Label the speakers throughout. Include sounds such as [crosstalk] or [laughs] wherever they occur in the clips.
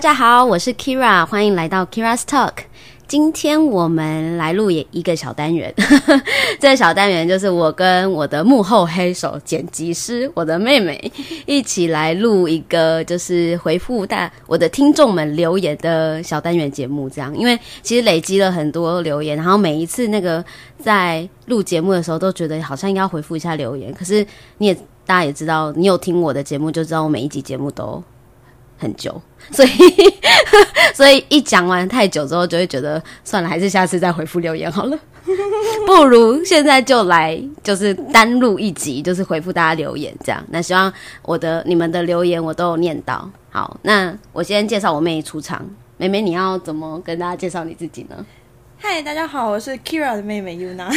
Speaker 1: 家好，我是 Kira，欢迎来到 Kira's Talk。今天我们来录一一个小单元， [laughs] 这个小单元就是我跟我的幕后黑手剪辑师，我的妹妹一起来录一个，就是回复大我的听众们留言的小单元节目。这样，因为其实累积了很多留言，然后每一次那个在录节目的时候，都觉得好像应该要回复一下留言。可是你也大家也知道，你有听我的节目就知道，我每一集节目都很久，所以 [laughs] 所以一讲完太久之后，就会觉得算了，还是下次再回复留言好
Speaker 2: [laughs]
Speaker 1: 了。不如现在就来，就是单录一集，就是回复大家留言这样。那希望我的你们的留言我都有念到。好，那我先介绍我妹出场。妹妹，你要怎么跟大家介绍你自己
Speaker 2: [laughs]
Speaker 1: 呢？
Speaker 2: 嗨，大家好，我是 Kira 的妹妹 [laughs] Yuna，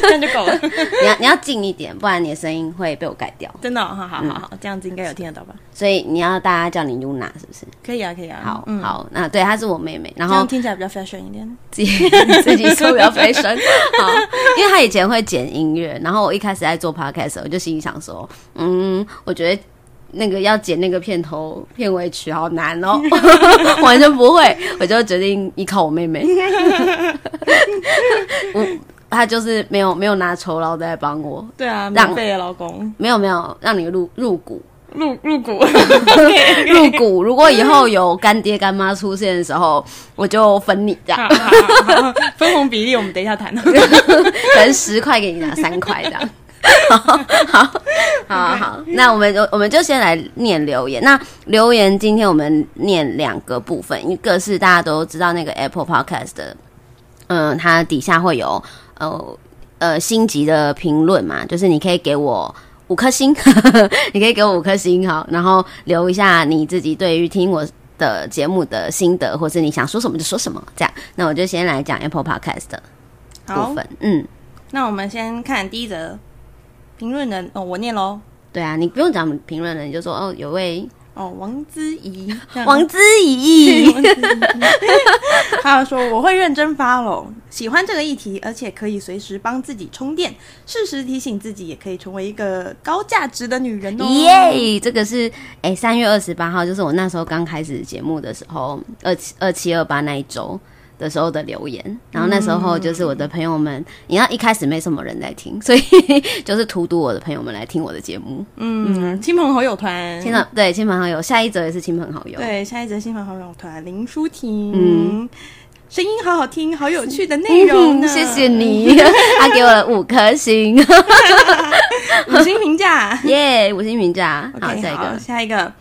Speaker 2: 这样就够了，
Speaker 1: 你要你要近一点，不然你的声音会被我改掉。
Speaker 2: 真的哦、好好好好，这样子应该有听得到吧？
Speaker 1: 所以你要大家叫你 Yuna 是不是？
Speaker 2: 可以啊，可以啊，
Speaker 1: 好，
Speaker 2: 嗯，
Speaker 1: 好，那对，她是我妹妹，然
Speaker 2: 这
Speaker 1: 后
Speaker 2: 样听起来比较 fashion 一点。
Speaker 1: 自己 [laughs] 自己说不要飞升。 [laughs] 好，因为他以前会剪音乐，然后我一开始在做 podcast，的时候我就心里想说，嗯，我觉得。那个要剪那个片头片尾曲好难哦， [laughs] 完全不会，我就决定依靠我妹妹。 [laughs] 我她就是没有没有拿酬劳在帮我，
Speaker 2: 对啊，
Speaker 1: 让
Speaker 2: 免费的老公，
Speaker 1: 没有没有让你入入股，
Speaker 2: 入入 [laughs] 股，
Speaker 1: 入股。如果以后有干爹干妈出现的时候，我就分你这样
Speaker 2: 好。好好好 [laughs] 分红比例我们等一下 [laughs] 谈。
Speaker 1: [laughs] 可能十块给你 [laughs] 拿三块这样。好 [laughs] 好好好，那我们就我们就先来念留言。那留言今天我们念两个部分，一个是大家都知道那个 Apple Podcast 的，嗯、它底下会有呃呃星级的评论嘛，就是你可以给我五颗星， [laughs] 你可以给我五颗星好，然后留一下你自己对于听我的节目的心得，或是你想说什么就说什么这样。那我就先来讲 Apple Podcast 的
Speaker 2: 好
Speaker 1: 部，分，嗯。
Speaker 2: 那我们先看第一则评论人哦，我念喽。
Speaker 1: 对啊，你不用讲评论了，你就说哦，有位
Speaker 2: 哦，王之怡，这样
Speaker 1: 王之
Speaker 2: [laughs]
Speaker 1: 怡，
Speaker 2: 他说：“我会认真 follow，喜欢这个议题，而且可以随时帮自己充电，适时提醒自己，也可以成为一个高价值的女人哦。”
Speaker 1: 耶！这个是哎，三、月二十八号，就是我那时候刚开始节目的时候，二七二七二八那一周的时候的留言。然后那时候就是我的朋友们，你要一开始没什么人在听，所以 [laughs] 就是荼毒我的朋友们来听我的节目。
Speaker 2: 嗯，亲朋好友团，
Speaker 1: 亲朋对亲朋好友，下一则也是亲朋好友。 [laughs]
Speaker 2: 对，下一则亲朋好友团，林舒婷，声音好好听，好有趣的内容呢，
Speaker 1: 嗯谢谢
Speaker 2: [laughs]
Speaker 1: 你，他给我了五颗星，。
Speaker 2: 五星评价
Speaker 1: 耶！五星评价。 [laughs] 好，
Speaker 2: OK，
Speaker 1: 下一
Speaker 2: 好
Speaker 1: 个，
Speaker 2: 下一个，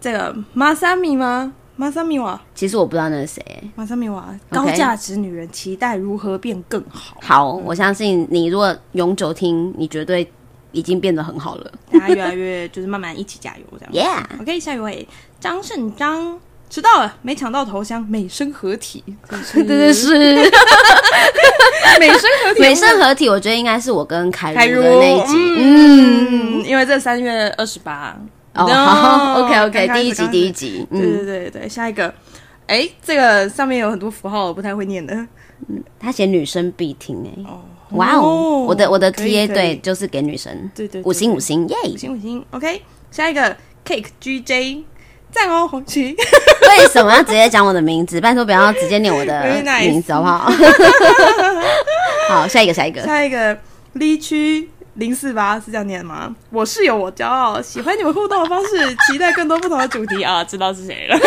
Speaker 2: 这个 Masami 吗？Masami 哇
Speaker 1: 其实我不知道那是谁。
Speaker 2: ，Masami 哇，
Speaker 1: OK
Speaker 2: 高价值女人期待如何变更好。
Speaker 1: 好，我相信你如果永久听，你绝对已经变得很好了。
Speaker 2: 大家越来越就是慢慢一起加油这样。
Speaker 1: Yeah，
Speaker 2: OK，下一位张胜章迟到了，没抢到头香，美声合体，真是
Speaker 1: 真的是
Speaker 2: 美声合
Speaker 1: [laughs]
Speaker 2: 体，
Speaker 1: 美声合体，我觉得应该是我跟凯
Speaker 2: 凯
Speaker 1: 如
Speaker 2: 如
Speaker 1: 的那一集。嗯，
Speaker 2: 嗯，因为这三月二十八，
Speaker 1: 哦，
Speaker 2: No，
Speaker 1: 好，OK OK，
Speaker 2: 刚开始
Speaker 1: 第一集
Speaker 2: 刚开始
Speaker 1: 第一集，
Speaker 2: 对对
Speaker 1: 嗯，
Speaker 2: 对对，下一个，哎，这个上面有很多符号，我不太会念的。
Speaker 1: 他写女生必听哎，
Speaker 2: 哦，
Speaker 1: 哇哦，我的我的
Speaker 2: 可以
Speaker 1: TA
Speaker 2: 可以
Speaker 1: 对就是给女生，
Speaker 2: 对对，对
Speaker 1: 五星五星耶，
Speaker 2: 五星五星，OK，下一个 Cake GJ。赞哦，红旗！
Speaker 1: 为什么要直接讲我的名字？拜托不要直接念我的
Speaker 2: [laughs] Very nice
Speaker 1: 名字好不
Speaker 2: [laughs]
Speaker 1: 好？好，下一个下一个，
Speaker 2: 下一个离区零四八是这样念吗？我室友，我骄傲，喜欢你们互动的方式，期待更多不同的主题 [laughs] 啊！知道是谁了，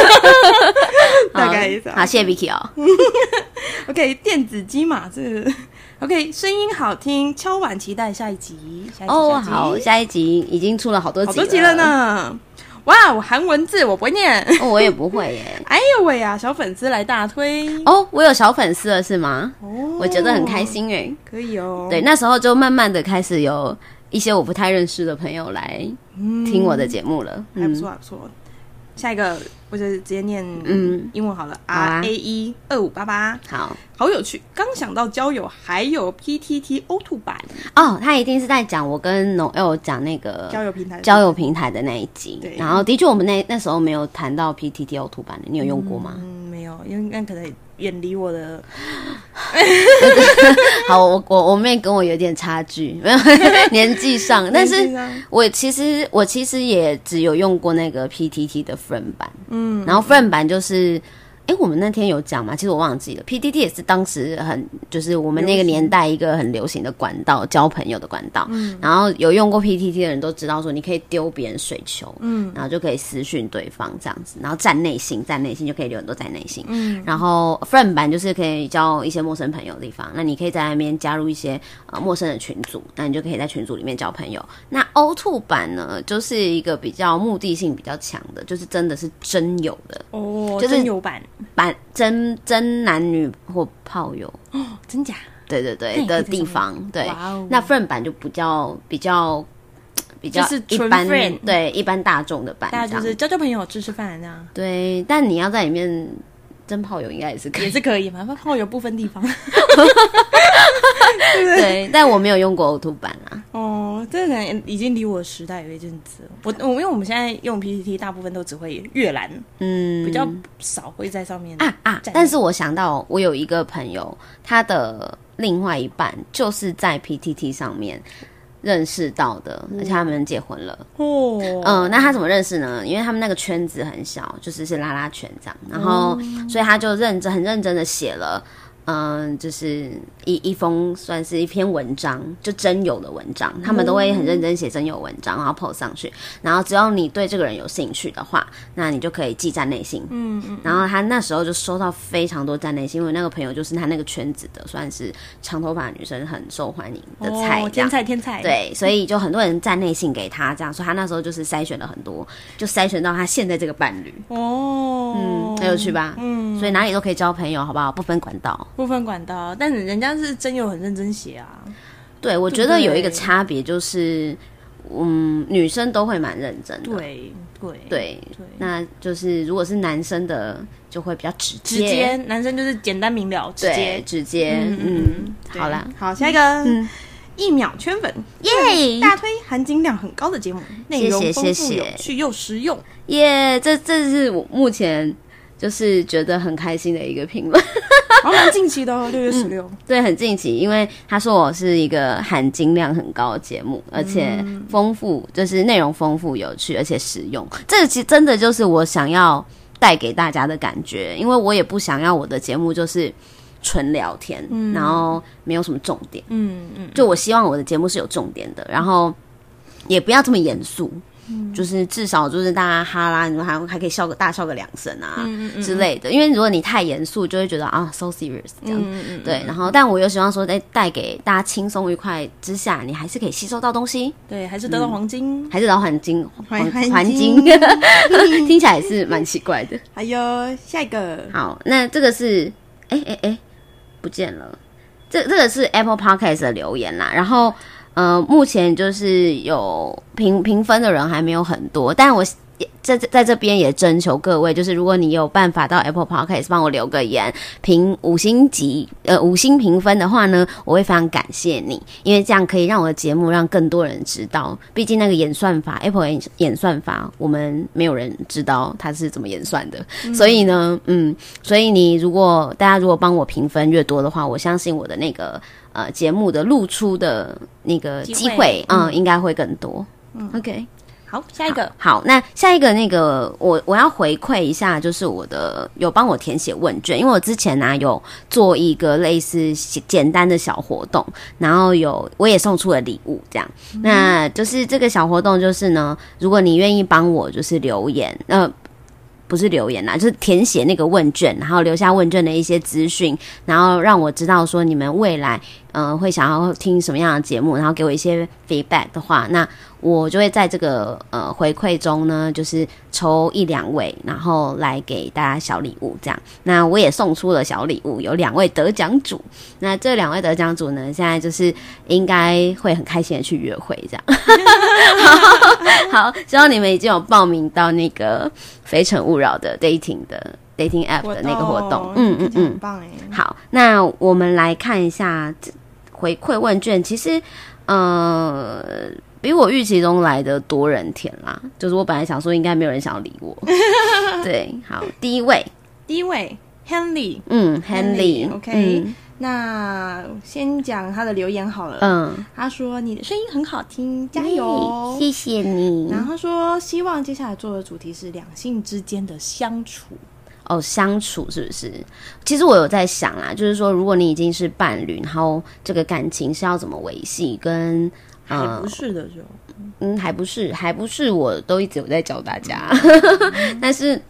Speaker 2: 大概意思
Speaker 1: 好，
Speaker 2: 啊。
Speaker 1: 谢谢 Vicky 哦，
Speaker 2: OK，电子鸡嘛，这个 OK，声音好听，敲碗期待下一集。下一集
Speaker 1: 哦，
Speaker 2: 下一集
Speaker 1: 好，下一集已经出了好多集
Speaker 2: 好多集了呢。哇，我韩文字我不会念。 [laughs]
Speaker 1: [laughs] 哦，我也不会耶。
Speaker 2: 哎呦喂呀，小粉丝来大推
Speaker 1: 哦，我有小粉丝了是吗？
Speaker 2: 哦
Speaker 1: 我觉得很开，心耶。
Speaker 2: 可以哦。
Speaker 1: 对，那时候就慢慢的开始有一些我不太认识的朋友来
Speaker 2: 嗯，
Speaker 1: 听我的节目了。
Speaker 2: 还不
Speaker 1: 嗯
Speaker 2: 错，还不错。下一个我就直接念
Speaker 1: 嗯
Speaker 2: 英文好了
Speaker 1: 好啊
Speaker 2: ，R A E 二五八八，
Speaker 1: 好
Speaker 2: 好有趣。刚想到交友，还有 P T T O Two 版
Speaker 1: 哦，他一定是在讲我跟 Noel 讲那个
Speaker 2: 交友平台，
Speaker 1: 交友平台的那一集
Speaker 2: 对。
Speaker 1: 然后的确，我们那那时候没有谈
Speaker 2: 嗯
Speaker 1: 到 PTT O 图版的，你有用过吗？
Speaker 2: 嗯没有，因为那可能远离我的
Speaker 1: 好，我我我妹跟我有点差距， [laughs] 没有年纪上，但是
Speaker 2: 啊
Speaker 1: 我其实我其实也只有用过那个 PTT 的 friend 版，嗯，然后 friend 版就是。哎、我们那天有讲嘛？其实我忘记了。PTT 也是当时很，就是我们那个年代一个很流行的管道，交朋友的管道。然后有用过 PTT 的人都知道，说你可以丢别人水球，嗯，然后就可以私讯对方这样子，然后站内信，站内信就可以留很多站内信。嗯，然后 friend 版就是可以交一些陌生朋友的地方，那你可以在那边加入一些呃陌生的群组，那你就可以在群组里面交朋友。那 O two 版呢，就是一个比较目的性比较强的，就是真的是真友的
Speaker 2: 哦，
Speaker 1: 就是
Speaker 2: 真有版，
Speaker 1: 版真真男女或炮友，
Speaker 2: 真假？
Speaker 1: 对对
Speaker 2: 那
Speaker 1: 对
Speaker 2: 也可以
Speaker 1: 的
Speaker 2: 在上
Speaker 1: 地
Speaker 2: 面
Speaker 1: 方，对。
Speaker 2: 哇哦
Speaker 1: 那 friend 版就比较比较比较
Speaker 2: 就是
Speaker 1: 一
Speaker 2: 纯
Speaker 1: 般
Speaker 2: friend
Speaker 1: 对一般大众的版这
Speaker 2: 大
Speaker 1: 样，
Speaker 2: 家就是交交朋友、吃吃饭这样
Speaker 1: 对。但你要在里面真炮友应该也是可
Speaker 2: 也
Speaker 1: 以，
Speaker 2: 是可以嘛，反正有不分地
Speaker 1: [laughs]
Speaker 2: 方。
Speaker 1: 对。但我没有用过 O two 版啊，
Speaker 2: 哦，这可能已经离我的时代有一阵子了。我我因为我们现在用 PPT，大部分都只会阅览，
Speaker 1: 嗯，
Speaker 2: 比较少会在上面
Speaker 1: 啊啊！
Speaker 2: 站
Speaker 1: 但是我想到，我有一个朋友，他的另外一半就是在 PTT 上面认识到的，
Speaker 2: 嗯
Speaker 1: 而且他们结婚了。
Speaker 2: 哦，
Speaker 1: 嗯、那他怎么认识呢？因为他们那个圈子很小，就是是拉拉圈这样，然后、所以他就认真很认真的写了，嗯、就是一一封算是一篇文章，就真有的文章，他们都会很认真写真有文章，然后 PO 上去，然后只要你对这个人有兴趣的话，那你就可以记在内心。嗯嗯。然后他那时候就收到非常多站内信，因为那个朋友就是他那个圈子的，算是长头发女生很受欢迎的菜
Speaker 2: 哦，
Speaker 1: 这样
Speaker 2: 天。菜天菜，，
Speaker 1: 对，所以就很多人站内信给他，这样，所以他那时候就是筛选了很多，就筛选到他现在这个伴侣，
Speaker 2: 哦，
Speaker 1: 嗯，很有趣吧？嗯，所以哪里都可以交朋友，好不好？不分管道。
Speaker 2: 部分管道，但人家是真有很认真写啊。
Speaker 1: 对，我觉得有一个
Speaker 2: 对
Speaker 1: 差别就是，嗯，女生都会蛮认真的，
Speaker 2: 对对
Speaker 1: 对，
Speaker 2: 对
Speaker 1: 那就是如果是男生的，就会比较直接，
Speaker 2: 直接男生就是简单明了，直
Speaker 1: 对，
Speaker 2: 接。
Speaker 1: 直接，嗯，好啦，，嗯
Speaker 2: 好，下一个，一秒圈粉，
Speaker 1: 耶
Speaker 2: 大推含金量很高的节目，内容
Speaker 1: 谢
Speaker 2: 丰富、
Speaker 1: 谢
Speaker 2: 有趣又实用。
Speaker 1: 耶，这这是我目前就是觉得很开心的一个评论。
Speaker 2: 好，蛮近期的哦，六月十六，
Speaker 1: 对，很近期，因为他说我是一个含金量很高的节目，而且丰富，就是内容丰富、有趣，而且实用。这个其实真的就是我想要带给大家的感觉，因为我也不想要我的节目就是纯聊天，然后没有什么重点。
Speaker 2: 嗯嗯，
Speaker 1: 就我希望我的节目是有重点的，然后也不要这么严肃，就是至少就是大家哈啦，你们还还可以笑个大笑个两声啊、
Speaker 2: 嗯
Speaker 1: 之类的。因为如果你太严肃，就会觉得啊 so serious 这样。
Speaker 2: 嗯
Speaker 1: 对，然后但我又希望说，在带给大家轻松愉快之下，你还是可以吸收到东西，
Speaker 2: 对，还是得到黄金。
Speaker 1: 还是老环境
Speaker 2: 环
Speaker 1: 环
Speaker 2: 环
Speaker 1: 环 [laughs] 境，听起来也是蛮奇怪的。
Speaker 2: 还有下一个，
Speaker 1: 好，那这个是，哎哎哎，不见了。这这个是 Apple Podcast 的留言啦。然后，呃，目前就是有评评分的人还没有很多，但我也在在这边也征求各位，就是如果你有办法到 Apple Podcast 帮我留个言，评五星级呃五星评分的话呢，我会非常感谢你，因为这样可以让我的节目让更多人知道。毕竟那个演算法 Apple 演演算法，我们没有人知道它是怎么演算的，所以呢，嗯，所以你如果大家如果帮我评分越多的话，我相信我的那个呃节目的露出的那个
Speaker 2: 机
Speaker 1: 机
Speaker 2: 会
Speaker 1: 会，
Speaker 2: 嗯
Speaker 1: 嗯，应该会更多。OK，
Speaker 2: 好，下一个，
Speaker 1: 好，那下一个那个，我我要回馈一下，就是我的有帮我填写问卷，因为我之前呢、有做一个类似简单的小活动，然后有我也送出了礼物，这样。
Speaker 2: 嗯
Speaker 1: 那就是这个小活动，就是呢，如果你愿意帮我，就是留言，呃。不是留言啦，就是填写那个问卷，然后留下问卷的一些资讯，然后让我知道说你们未来嗯、呃会想要听什么样的节目，然后给我一些 feedback 的话，那我就会在这个呃回馈中呢，就是抽一两位，然后来给大家小礼物这样。那我也送出了小礼物，有两位得奖组。那这两位得奖组呢，现在就是应该会很开心的去约会这样。 [laughs] 好，希望你们已经有报名到那个《非诚勿扰》的 dating 的 dating app 的那个活动。嗯嗯
Speaker 2: 听起
Speaker 1: 嗯
Speaker 2: 来很，棒哎，
Speaker 1: 好，那我们来看一下这回馈问卷。其实，呃，比我预期中来的多人填啦。就是我本来想说，应该没有人想要理
Speaker 2: [laughs]
Speaker 1: 我。对，好，第一位，
Speaker 2: 第一位 Henry，
Speaker 1: 嗯，Henry，
Speaker 2: Henry，OK
Speaker 1: 嗯
Speaker 2: 那先讲他的留言好了。
Speaker 1: 嗯，
Speaker 2: 他说：“你的声音很好听，加油
Speaker 1: 耶！”谢谢你
Speaker 2: 然后说：“希望接下来做的主题是两性之间的相处。
Speaker 1: 哦。相处是不是？其实我有在想啦，就是说，如果你已经是伴侣，然后这个感情是要怎么维系，跟”呃
Speaker 2: 还不是的时候，
Speaker 1: 嗯，还不是，还不是，我都一直有在教大家，
Speaker 2: 嗯
Speaker 1: [laughs] 但是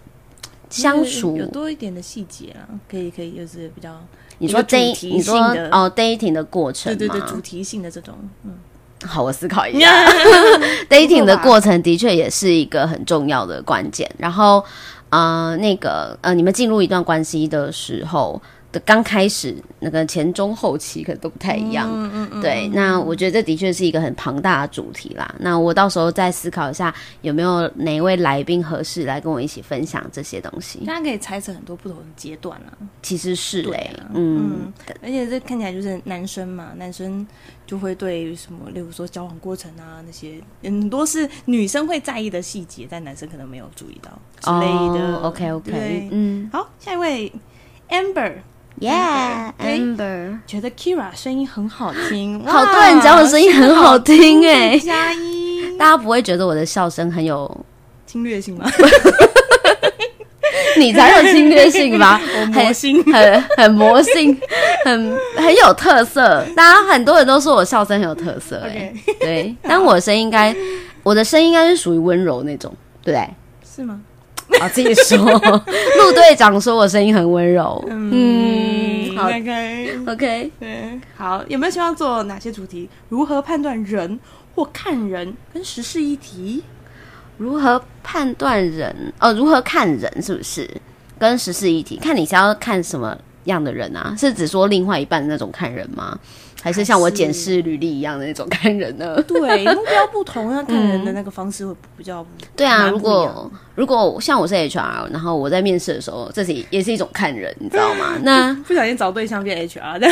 Speaker 1: 相处
Speaker 2: 有，多一点的细节啊，可以可以，就是比较
Speaker 1: 你说
Speaker 2: 一个主
Speaker 1: date，
Speaker 2: 题
Speaker 1: 你说
Speaker 2: 性的
Speaker 1: 哦 dating 的过程
Speaker 2: 对
Speaker 1: 吗？
Speaker 2: 对对主题性的这种，嗯，
Speaker 1: [laughs] 好，我思考
Speaker 2: [laughs]
Speaker 1: 一下。dating 的过程的确也是一个很重要的关键。然后，呃，那个呃，你们进入一段关系的时候的刚开始，那个前中后期可能都不太一样。
Speaker 2: 嗯嗯嗯，
Speaker 1: 对，那我觉得这的确是一个很庞大的主题啦。那我到时候再思考一下，有没有哪一位来宾合适来跟我一起分享这些东西？
Speaker 2: 大家可以猜测很多不同的阶段啊，
Speaker 1: 其实是
Speaker 2: 对
Speaker 1: 嘞、
Speaker 2: 啊
Speaker 1: 嗯，
Speaker 2: 嗯，而且这看起来就是男生嘛，男生就会对于什么，例如说交往过程啊那些，很多是女生会在意的细节，但男生可能没有注意到之类的。
Speaker 1: 哦、，OK OK，
Speaker 2: 对
Speaker 1: 嗯
Speaker 2: 好，下一位 Amber对
Speaker 1: ，Yeah，Amber，
Speaker 2: 觉得 Kira 声音很好听，
Speaker 1: [laughs] 好
Speaker 2: 哇
Speaker 1: 多人讲我声音很好听哎、
Speaker 2: 加一，
Speaker 1: 大家不会觉得我的笑声很有，
Speaker 2: 侵略性吗？
Speaker 1: 你才有侵略性吧？
Speaker 2: [laughs] 我
Speaker 1: 很
Speaker 2: 魔性
Speaker 1: 很很魔性，很很有特色。大家很多人都说我笑声很有特色、哎
Speaker 2: OK [laughs]
Speaker 1: 对，但我的声音应该，我的声音应该是属于温柔那种，对不对？
Speaker 2: 是吗？
Speaker 1: 我自己说，陆队长说我声音很温柔，
Speaker 2: 嗯
Speaker 1: 嗯，好
Speaker 2: 大概
Speaker 1: ，OK，
Speaker 2: 对，好，有没有希望做哪些主题？如何判断人或看人跟时事议题？
Speaker 1: 如何判断人？哦，如何看人是不是？跟时事议题，看你是要看什么样的人啊？是只说另外一半的那种看人吗？还是像我
Speaker 2: 还是
Speaker 1: 检视履历一样的那种看人呢？
Speaker 2: 对，目标不同， [laughs] 那看人的那个方式会比较不
Speaker 1: 对啊，
Speaker 2: 蛮不
Speaker 1: 如
Speaker 2: 一样
Speaker 1: 果如果像我是 HR，然后我在面试的时候，这是也是一种看人，你知道吗？ [laughs] 那
Speaker 2: 不小心找对象变 HR 的，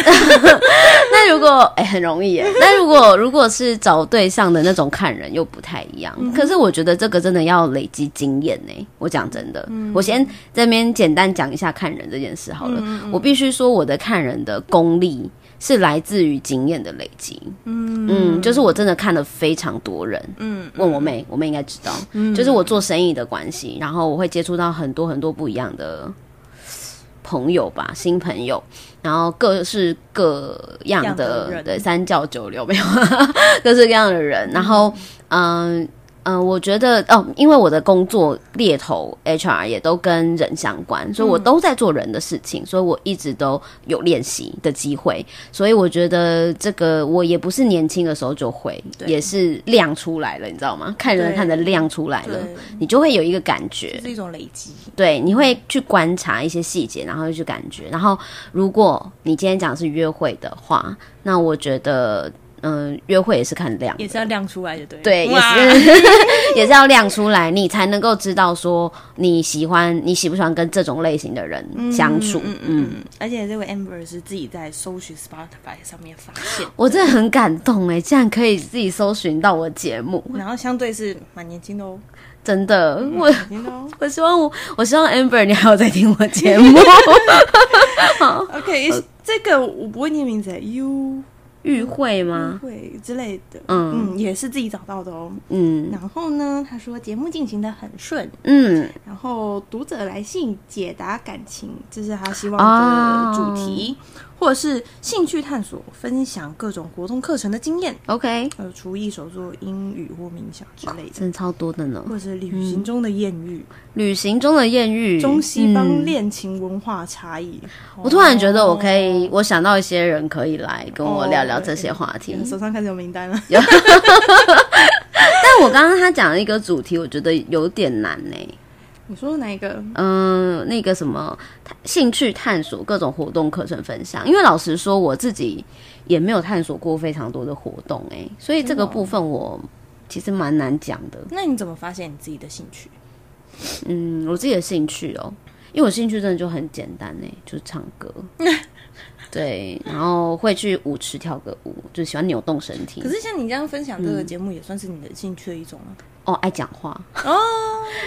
Speaker 1: 那如果哎、很容易
Speaker 2: [laughs]
Speaker 1: 耶，那如果如果是找对象的那种看人又不太一样。
Speaker 2: 嗯
Speaker 1: 可是我觉得这个真的要累积经验呢。我讲真的，
Speaker 2: 嗯
Speaker 1: 我先这边简单讲一下看人这件事好了。
Speaker 2: 嗯
Speaker 1: 我必须说，我的看人的功力是来自于经验的累积。嗯就是我真的看了非常多人。
Speaker 2: 嗯，
Speaker 1: 问我妹，我妹应该知道，就是我做生意的关系，然后我会接触到很多很多不一样的朋友吧，新朋友，然后各式各样
Speaker 2: 样的
Speaker 1: 的
Speaker 2: 人
Speaker 1: 对三教九流没有， [laughs] 各式各样的人，然后嗯。嗯、我觉得哦，因为我的工作猎头 HR 也都跟人相
Speaker 2: 嗯
Speaker 1: 关，所以我都在做人的事情，所以我一直都有练习的机会。所以我觉得这个我也不是年轻的时候就会，
Speaker 2: 对
Speaker 1: 也是亮出来了，你知道吗？看人
Speaker 2: 对
Speaker 1: 看的亮出来了，你就会有一个感觉
Speaker 2: 这，是一种累积。
Speaker 1: 对，你会去观察一些细节，然后去感觉。然后，如果你今天讲是约会的话，那我觉得，嗯、约会也是看量的，
Speaker 2: 也是要亮出来的，对
Speaker 1: 对，也
Speaker 2: 哇
Speaker 1: 是 [laughs] 也是要亮出来，你才能够知道说你喜欢你喜不喜欢跟这种类型的人相处。
Speaker 2: 嗯嗯嗯，而且这位 Amber 是自己在搜寻 Spotify 上面发现，
Speaker 1: 我真的很感动哎，竟然可以自己搜寻到我节目，
Speaker 2: 然后相对是蛮年轻的哦，
Speaker 1: 真的，我
Speaker 2: 年轻的 [laughs] 哦。
Speaker 1: 我希望我我希望 Amber 你还有在听我节目，
Speaker 2: [laughs]
Speaker 1: [laughs]
Speaker 2: OK，这个我不会念名字，U
Speaker 1: 玉慧吗？
Speaker 2: 会之类的，
Speaker 1: 嗯
Speaker 2: 嗯，也是自己找到的哦。
Speaker 1: 嗯
Speaker 2: 然后呢，他说节目进行的很顺，
Speaker 1: 嗯，
Speaker 2: 然后读者来信解答感情，这是他希望的主题，或者是兴趣探索，分享各种活动课程的经验，
Speaker 1: OK，
Speaker 2: 还有厨艺、手作、英语或冥想之类的，
Speaker 1: 真的超多的呢。
Speaker 2: 或者是旅行中的艳遇，
Speaker 1: 旅行中的艳遇，
Speaker 2: 中西方
Speaker 1: 嗯
Speaker 2: 恋情文化差异。
Speaker 1: 我突然觉得我可以，我想到一些人可以来跟我聊聊这些话题。
Speaker 2: 哦哦手上开始有名单了，
Speaker 1: 但我刚刚他讲了一个主题，我觉得有点难呢、
Speaker 2: 你说哪一个？
Speaker 1: 嗯，那个什么兴趣探索各种活动课程分享，因为老实说我自己也没有探索过非常多的活动哎、所以这个部分我其实蛮难讲的。
Speaker 2: 那你怎么发现你自己的兴趣？
Speaker 1: 嗯，我自己的兴趣哦，因为我兴趣真的就很简单哎、就是唱歌。对，然后会去舞池跳个舞，就喜欢扭动身体。
Speaker 2: 可是像你这样分享这个节目，也算是你的兴趣的一种啊。
Speaker 1: 哦，爱讲话，
Speaker 2: 哦，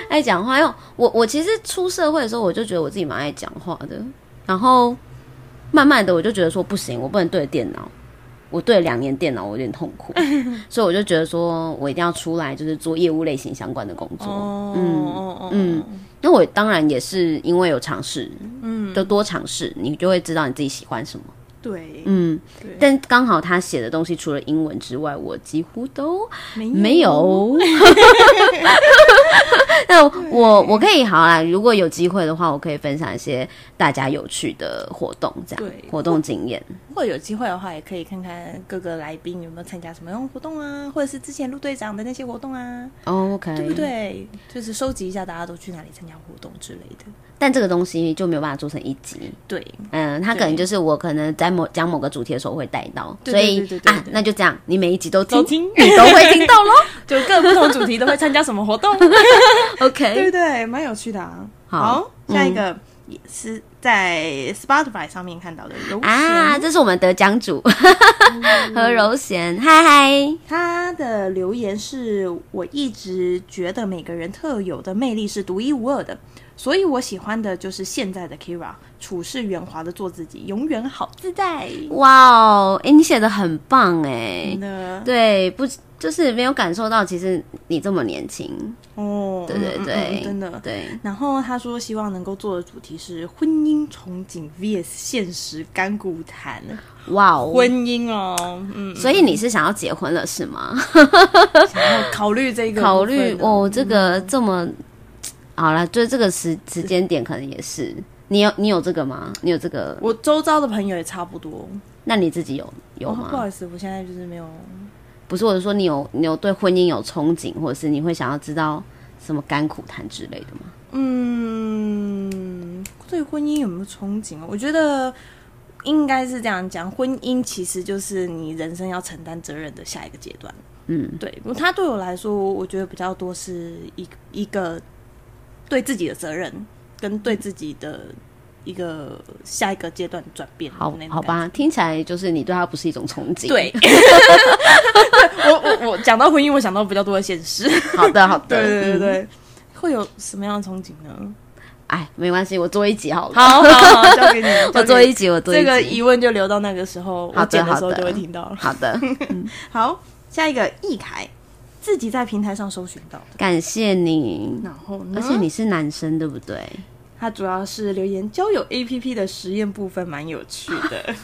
Speaker 1: 爱讲话。因为我我其实出社会的时候，我就觉得我自己蛮爱讲话的。然后，慢慢的我就觉得说不行，我不能对着电脑，我对了两年电脑我有点痛苦，所以我就觉得说我一定要出来，就是做业务类型相关的工作。
Speaker 2: 哦，哦
Speaker 1: 嗯，那我当然也是因为有尝试，嗯，就多尝试，你就会知道你自己喜欢什么。
Speaker 2: 对，
Speaker 1: 嗯
Speaker 2: 对，
Speaker 1: 但刚好他写的东西除了英文之外，我几乎都
Speaker 2: 没
Speaker 1: 没
Speaker 2: [laughs]
Speaker 1: 有。那我我可以好啦，如果有机会的话，我可以分享一些大家有趣的活动，这样
Speaker 2: 对
Speaker 1: 活动经验。
Speaker 2: 如果有机会的话，也可以看看各个来宾有没有参加什么样的活动啊，或者是之前陆队长的那些活动啊，
Speaker 1: 哦 OK，
Speaker 2: 对不？对？就是收集一下大家都去哪里参加活动之类的。
Speaker 1: 但这个东西就没有办法做成一集。
Speaker 2: 对，
Speaker 1: 嗯，它可能就是我可能在某讲某个主题的时候会带到，
Speaker 2: 对
Speaker 1: 所以
Speaker 2: 对对对对
Speaker 1: 啊
Speaker 2: 对，
Speaker 1: 那就这样，你每一集都听，
Speaker 2: 都听
Speaker 1: 你都会听
Speaker 2: [laughs]
Speaker 1: 到喽。
Speaker 2: 就各不同主题都会参加什么活动，对
Speaker 1: OK，
Speaker 2: 不对？蛮有趣的啊。
Speaker 1: 好
Speaker 2: 下一个也是在 Spotify 上面看到的柔
Speaker 1: 啊，
Speaker 2: 贤，
Speaker 1: 这是我们得奖主
Speaker 2: 嗯
Speaker 1: [laughs] 何柔贤，嗨嗨，
Speaker 2: 他的留言是我一直觉得每个人特有的魅力是独一无二的。所以我喜欢的就是现在的 Kira，处事圆滑的做自己，永远好自在。
Speaker 1: 哇哦，哎，你写的很棒哎，
Speaker 2: 的，
Speaker 1: 对，不就是没有感受到，其实你这么年轻，
Speaker 2: 哦，
Speaker 1: 对对
Speaker 2: 嗯嗯
Speaker 1: 对，
Speaker 2: 嗯真的。
Speaker 1: 对。
Speaker 2: 然后他说，希望能够做的主题是婚姻憧憬 vs 现实干股谈，
Speaker 1: 哇哦！
Speaker 2: 婚姻哦，嗯，
Speaker 1: 所以你是想要结婚了是吗？
Speaker 2: 然后考虑这个部分呢，嗯
Speaker 1: 考虑哦，这个这么好了，就这个时时间点可能也是。你有你有这个吗？你有这个？
Speaker 2: 我周遭的朋友也差不多。
Speaker 1: 那你自己有有
Speaker 2: 哦，不
Speaker 1: 吗？
Speaker 2: 好意思，我现在就是没有。
Speaker 1: 不是，我是说你有你有对婚姻有憧憬，或者是你会想要知道什么甘苦谈之类的吗？
Speaker 2: 嗯，对婚姻有没有憧憬啊？我觉得应该是这样讲，婚姻其实就是你人生要承担责任的下一个阶段。
Speaker 1: 嗯，
Speaker 2: 对，不过它对我来说，我觉得比较多是一一个对自己的责任，跟对自己的一个下一个阶段转变的那
Speaker 1: 好
Speaker 2: 种感觉。
Speaker 1: 好吧，听起来就是你对他不是一种憧憬。，
Speaker 2: [laughs] 对，我我我讲到婚姻，我想到比较多的现实。
Speaker 1: 好的好的，
Speaker 2: 对 [laughs] 对对
Speaker 1: 嗯
Speaker 2: 对，会有什么样的憧憬呢？
Speaker 1: 哎，没关系，我做一集好了。
Speaker 2: 好好好， [laughs] 交给你，
Speaker 1: 我做一集，我做一
Speaker 2: 这
Speaker 1: 集。
Speaker 2: 个疑问就留到那个时候，
Speaker 1: 好的
Speaker 2: 我剪的时候
Speaker 1: 好的
Speaker 2: 就会听到了。
Speaker 1: 好的，
Speaker 2: 好，下一个易凯，自己在平台上搜寻到的，
Speaker 1: 感谢你。
Speaker 2: 然后呢？
Speaker 1: 而且你是男生对不对？
Speaker 2: 他主要是留言交友 A P P 的实验部分蛮有趣的，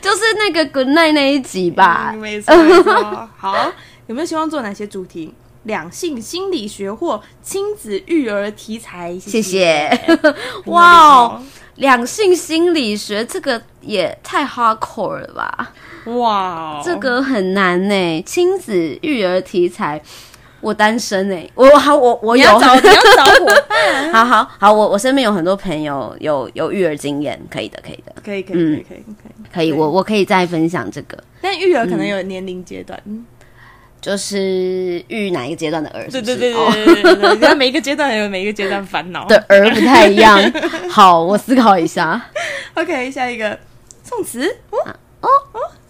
Speaker 1: 就是那个 Good Night 那一集 [laughs] 吧
Speaker 2: [laughs] 嗯。没错没错。好， [laughs] 有没有希望做哪些主题？两性心理学或亲子育儿题材？
Speaker 1: 谢
Speaker 2: 谢
Speaker 1: 谢。哇
Speaker 2: 哇
Speaker 1: 哦
Speaker 2: 哦，
Speaker 1: 两性心理学这个也太 hardcore 了吧？
Speaker 2: 哇哦，
Speaker 1: 这个很难呢、亲子育儿题材，我单身哎、我好我我
Speaker 2: 你
Speaker 1: 有
Speaker 2: 要，找你要找伙伴，
Speaker 1: 好好好，我我身边有很多朋友有有育儿经验，可以的，可以的，
Speaker 2: 可
Speaker 1: [laughs]
Speaker 2: 以可以可以可以可以。
Speaker 1: 可以，
Speaker 2: 对
Speaker 1: 我我可以再分享这个，
Speaker 2: 但育儿可
Speaker 1: 嗯
Speaker 2: 能有年龄阶段，
Speaker 1: 就是育哪一个阶段的儿，是
Speaker 2: 对对
Speaker 1: 不是
Speaker 2: 对
Speaker 1: 哦
Speaker 2: 对对对对，人家每一个阶段有每一个阶段烦恼。
Speaker 1: 的儿不太一样。好，我思考一下。
Speaker 2: ，OK，下一个宋词，哦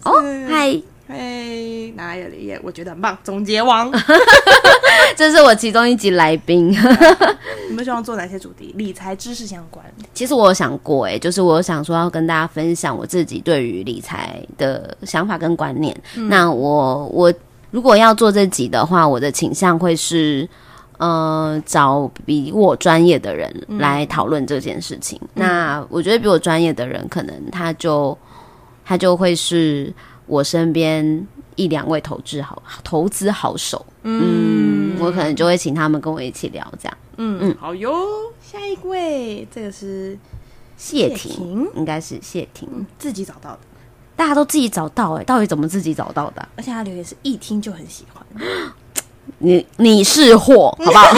Speaker 1: 哦，嗨，
Speaker 2: 哎，哪有也我觉得很棒，总结王。
Speaker 1: 这是我其中一集来宾。
Speaker 2: 你们希望做哪些主题？理财知识相关。
Speaker 1: 其实我有想过、欸，就是我有想说要跟大家分享我自己对于理财的想法跟观念。那我我如果要做这集的话，我的倾向会是。呃，找比我专业的人来讨论这件事情。那我觉得比我专业的人，可能他就他就会是我身边一两位投资好投资好手。嗯，我可能就会请他们跟我一起聊这样。
Speaker 2: 嗯嗯，好哟。下一位，这个是
Speaker 1: 谢
Speaker 2: 谢
Speaker 1: 婷
Speaker 2: 婷
Speaker 1: 应该是谢婷。
Speaker 2: 自己找到的，
Speaker 1: 大家都自己找到哎、到底怎么自己找到的啊、
Speaker 2: 而且他留言是一听就很喜欢。
Speaker 1: 你你是 [laughs] 货，好不好？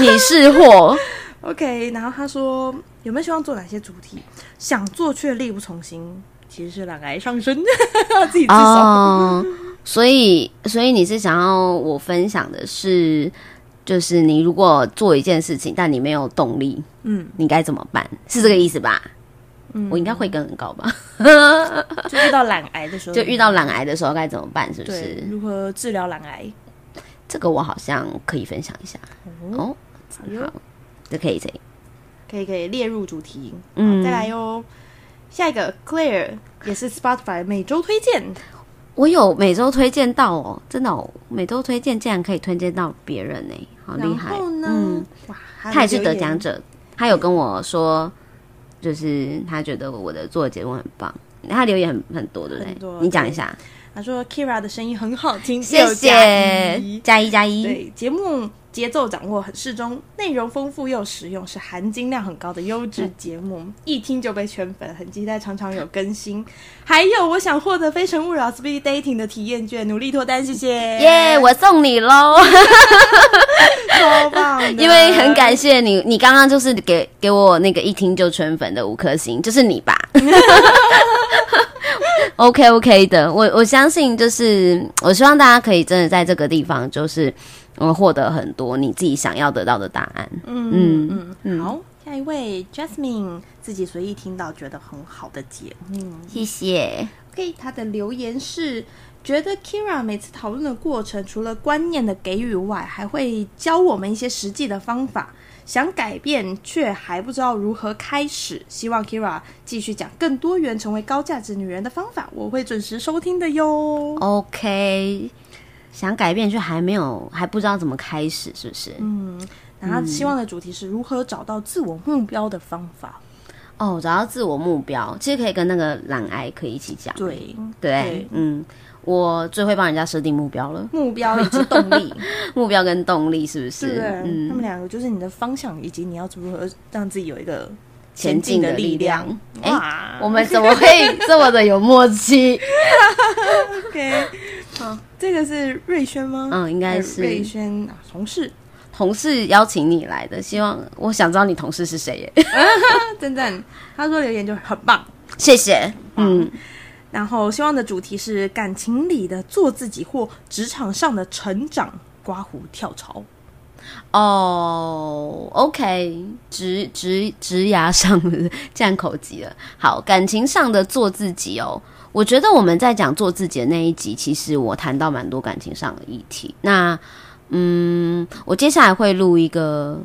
Speaker 1: 你是货，
Speaker 2: OK，然后他说有没有希望做哪些主题？想做却力不从心，其实是懒癌上身，自己自首。
Speaker 1: 哦，所以所以你是想要我分享的是，就是你如果做一件事情，但你没有动力，
Speaker 2: 嗯，
Speaker 1: 你该怎么办？是这个意思吧？我应该会更很高吧？ [laughs]
Speaker 2: 就遇到懒癌的时候，
Speaker 1: 就遇到懒癌的时候该怎么办？是不
Speaker 2: 对
Speaker 1: 是？
Speaker 2: 如何治疗懒癌？
Speaker 1: 这个我好像可以分享一下哦，
Speaker 2: 好哟
Speaker 1: 好，这可以这可以。
Speaker 2: 可以可以列入主题。
Speaker 1: 嗯
Speaker 2: 嗯，再来哟。下一个 Claire 也是 Spotify 每周推荐，
Speaker 1: 我有每周推荐到哦，真的、哦，每周推荐竟然可以推荐到别人呢、好厉害
Speaker 2: 然！后呢，
Speaker 1: 嗯，
Speaker 2: 哇，
Speaker 1: 他也是得奖
Speaker 2: 者，
Speaker 1: 者，他有跟我说，就是他觉得我的做的节目很棒，他留言很很多，对不
Speaker 2: 很多
Speaker 1: 对？你讲一下，
Speaker 2: 他说 Kira 的声音很好听，
Speaker 1: 谢
Speaker 2: 六加
Speaker 1: 谢
Speaker 2: 一，
Speaker 1: 加一加一，
Speaker 2: 对，节目节奏掌握很适中，内容丰富又实用，是含金量很高的优质节目，一听就被圈粉，很期待常常有更新。还有，我想获得《非诚勿扰》Speed Dating 的体验券，努力脱单，谢谢！ [laughs]
Speaker 1: 耶、我送你喽！
Speaker 2: 超棒的！
Speaker 1: 因为很感谢你，你刚刚就是给给我那个一听就圈粉的五颗星，就是你吧 [laughs] ？OK OK 的，我我相信就是我希望大家可以真的在这个地方就是嗯获得很多你自己想要得到的答案。
Speaker 2: 嗯嗯嗯，好。下一位 Jasmine 自己随意听到觉得很好的节目
Speaker 1: 谢谢，
Speaker 2: ，OK，她的留言是觉得 Kira 每次讨论的过程，除了观念的给予外，还会教我们一些实际的方法。想改变却还不知道如何开始，希望 Kira 继续讲更多元成为高价值女人的方法，我会准时收听的哟。
Speaker 1: OK。想改变却还没有，还不知道怎么开始，是不是？
Speaker 2: 然后希望的主题是如何找到自我目标的方法。
Speaker 1: 哦，找到自我目标，其实可以跟那个懒癌可以一起讲。
Speaker 2: 对，
Speaker 1: 对，嗯，我最会帮人家设定目标了。
Speaker 2: 目标以及动力。
Speaker 1: 目标跟动力是不是？
Speaker 2: 对，
Speaker 1: 嗯，
Speaker 2: 他们两个就是你的方向，以及你要如何让自己有一个
Speaker 1: 前进的
Speaker 2: 的
Speaker 1: 力量
Speaker 2: 量。
Speaker 1: 哎
Speaker 2: 哇
Speaker 1: 我们怎么会这么的有默契？
Speaker 2: OK，好，这个是瑞轩吗？
Speaker 1: 嗯应该
Speaker 2: 呃
Speaker 1: 是
Speaker 2: 瑞轩啊，同事， [laughs]
Speaker 1: 同事邀请你来的，希望我想知道你同事是谁耶，
Speaker 2: 赞赞，他说留言就很棒。
Speaker 1: 谢谢。嗯，
Speaker 2: 然后希望的主题是感情里的做自己或职场上的成长，刮胡跳槽。
Speaker 1: 哦，OK，直直直牙上是不是这样口急了。好，感情上的做自己哦，我觉得我们在讲做自己的那一集，其实我谈到蛮多感情上的议题。那嗯，我接下来会录一个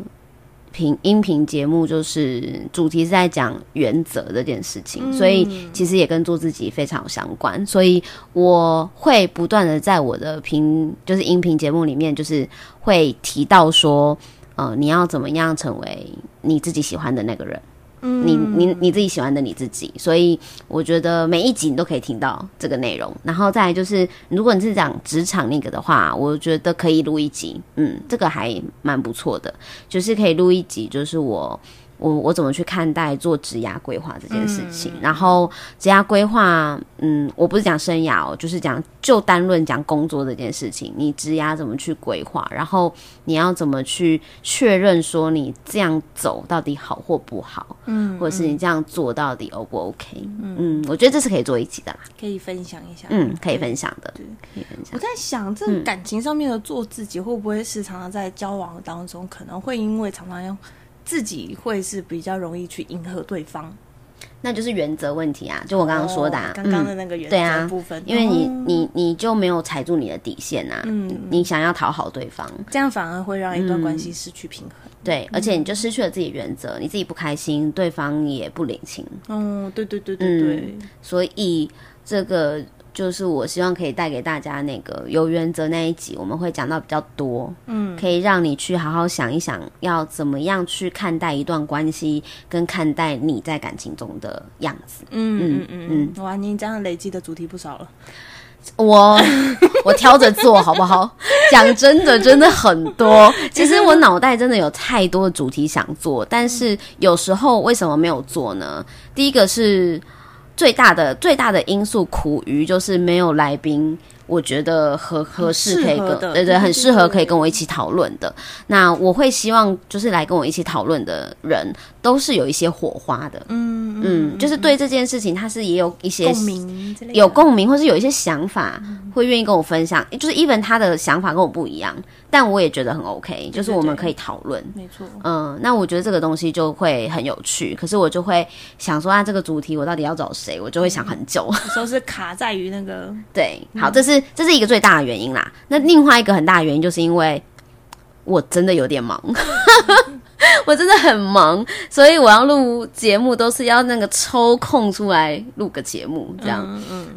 Speaker 1: 频音频节目，就是主题是在讲原则这件事情，所以其实也跟做自己非常有相关。所以我会不断的在我的频就是音频节目里面，就是会提到说，呃，你要怎么样成为你自己喜欢的那个人。
Speaker 2: 嗯
Speaker 1: 你你你自己喜欢的你自己，所以我觉得每一集你都可以听到这个内容。然后再来就是，如果你是讲职场那个的话，我觉得可以录一集，嗯，这个还蛮不错的，就是可以录一集，就是我。我我怎么去看待做职涯规划这件事情？然后职涯规划，嗯，我不是讲生涯哦，就是讲就单论讲工作这件事情，你职涯怎么去规划？然后你要怎么去确认说你这样走到底好或不好？或者是你这样做到底 O 不 OK？嗯我觉得这是可以做一集的啦，
Speaker 2: 可以分享一下。
Speaker 1: 嗯，可以分享的，可以分
Speaker 2: 我
Speaker 1: 享。
Speaker 2: 在想，
Speaker 1: 嗯
Speaker 2: 这感情上面的做自己，会不会是常常在交往当中，可能会因为常常要自己会是比较容易去迎合对方？
Speaker 1: 那就是原则问题啊，就我刚刚说的、啊
Speaker 2: 哦刚刚的
Speaker 1: 嗯
Speaker 2: 那个原
Speaker 1: 对啊
Speaker 2: 则部分，
Speaker 1: 因为你
Speaker 2: 哦
Speaker 1: 你你就没有踩住你的底线啊，嗯，你嗯想要讨好对方，
Speaker 2: 这样反而会让一段关系失去平衡。
Speaker 1: 对，而且你就失去了自己的原则，你自己不开心，对方也不领情，
Speaker 2: 嗯，对对对对对，
Speaker 1: 所以这个就是我希望可以带给大家那个有原则那一集，我们会讲到比较多，嗯，可以让你去好好想一想，要怎么样去看待一段关系，跟看待你在感情中的样子。
Speaker 2: 嗯嗯嗯嗯，哇，你这样累积的主题不少了。
Speaker 1: 我我挑着做好不好？讲真的，真的很多。其实我脑袋真的有太多的主题想做，但是有时候为什么没有做呢？第一个是最大的最大的因素苦于就是没有来宾。我觉得合合适可以
Speaker 2: 适
Speaker 1: 跟
Speaker 2: 合的
Speaker 1: 对对，
Speaker 2: 对对
Speaker 1: 很适合
Speaker 2: 对对
Speaker 1: 可以跟我一起讨论的。那我会希望就是来跟我一起讨论的人都是有一些火花的，
Speaker 2: 嗯
Speaker 1: 嗯，就是对这件事情他是也有一些
Speaker 2: 共鸣之类的
Speaker 1: 有共鸣，或是有一些想法，会愿意跟我分享。就是 even 他的想法跟我不一样，但我也觉得很 OK，就是我们可以讨论。
Speaker 2: 没错，
Speaker 1: 嗯，那我觉得这个东西就会很有趣，可是我就会想说啊，这个主题我到底要找谁？我就会想很久。
Speaker 2: 有时候是卡在于那个
Speaker 1: 对，好，这是这是一个最大的原因啦。那另外一个很大的原因就是因为我真的有点忙， [laughs] 我真的很忙，所以我要录节目都是要那个抽空出来录个节目，这样，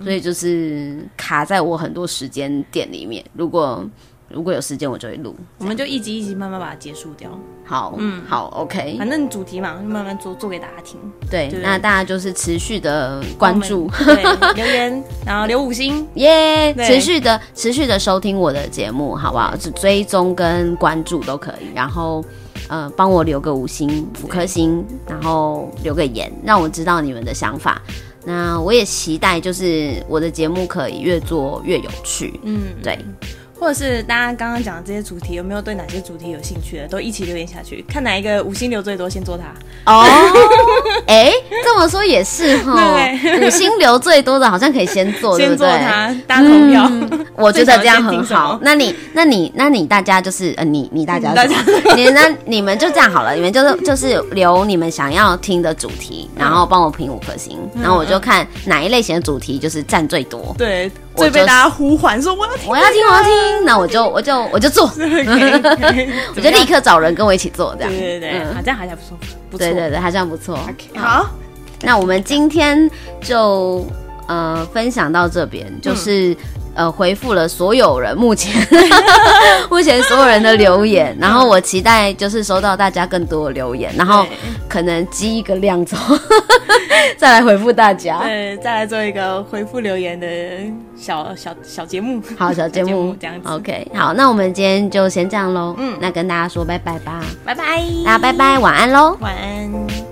Speaker 1: 所以就是卡在我很多时间点里面。如果如果有时间，我就会录。
Speaker 2: 我们就一集一集慢慢把它结束掉。
Speaker 1: 好，嗯，好，OK，
Speaker 2: 反正主题嘛，就慢慢做做给大家听。
Speaker 1: 对，
Speaker 2: 对
Speaker 1: 那大家就是持续的关注，
Speaker 2: 帮我们对留言，然后留五星。
Speaker 1: 耶、
Speaker 2: 对
Speaker 1: 持续的持续的收听我的节目，好不好？只追踪跟关注都可以，然后呃，帮我留个五星五颗星，然后留个言，让我知道你们的想法。那我也期待，就是我的节目可以越做越有趣。
Speaker 2: 嗯， [laughs]
Speaker 1: 对，
Speaker 2: 或者是大家刚刚讲的这些主题，有没有对哪些主题有兴趣的，都一起留言下去，看哪一个五星留最多，先做它。
Speaker 1: 哦，哎、这么说也是
Speaker 2: [laughs]
Speaker 1: 哈，五星流最多的好像可以先做，对
Speaker 2: 先
Speaker 1: 不
Speaker 2: 做
Speaker 1: 对？
Speaker 2: 它，大家投票。
Speaker 1: 我觉得这样很
Speaker 2: 最想要先听什
Speaker 1: 好
Speaker 2: 么。
Speaker 1: 那你、那你、那你大家就是呃，你、你大家
Speaker 2: 嗯大家
Speaker 1: 什么你那你们就这样好了，你们就是就是留你们想要听的主题，
Speaker 2: 嗯
Speaker 1: 然后帮我评五颗星，然后我就看哪一类型的主题就是占最多。
Speaker 2: 对，
Speaker 1: 我
Speaker 2: 最
Speaker 1: 就
Speaker 2: 被
Speaker 1: 是
Speaker 2: 大家呼唤说我要听。
Speaker 1: 我要听，我要
Speaker 2: [laughs]
Speaker 1: 听，那我就我就我就做，
Speaker 2: 我
Speaker 1: 我就立刻找人跟我一起做，这样。
Speaker 2: 对对对，
Speaker 1: 嗯
Speaker 2: 好，这样好像不错，不错。
Speaker 1: 对对对，还算不错。
Speaker 2: OK，好，
Speaker 1: 那我们今天就呃分享到这边，
Speaker 2: 嗯
Speaker 1: 就是、呃回复了所有人目前 [laughs] 目前所有人的留
Speaker 2: 嗯
Speaker 1: 言，然后我期待就是收到大家更多的留言，然后
Speaker 2: 对
Speaker 1: 可能积一个量之后 [laughs] 再来回复大家。
Speaker 2: 对，再来做一个回复留言的小小小节目。
Speaker 1: 好，小节目
Speaker 2: 这样子。
Speaker 1: OK，好，那我们今天就先这样喽。嗯
Speaker 2: 嗯，
Speaker 1: 那跟大家说拜拜吧，
Speaker 2: 拜拜，
Speaker 1: 大家拜，拜，晚安喽。
Speaker 2: 晚安。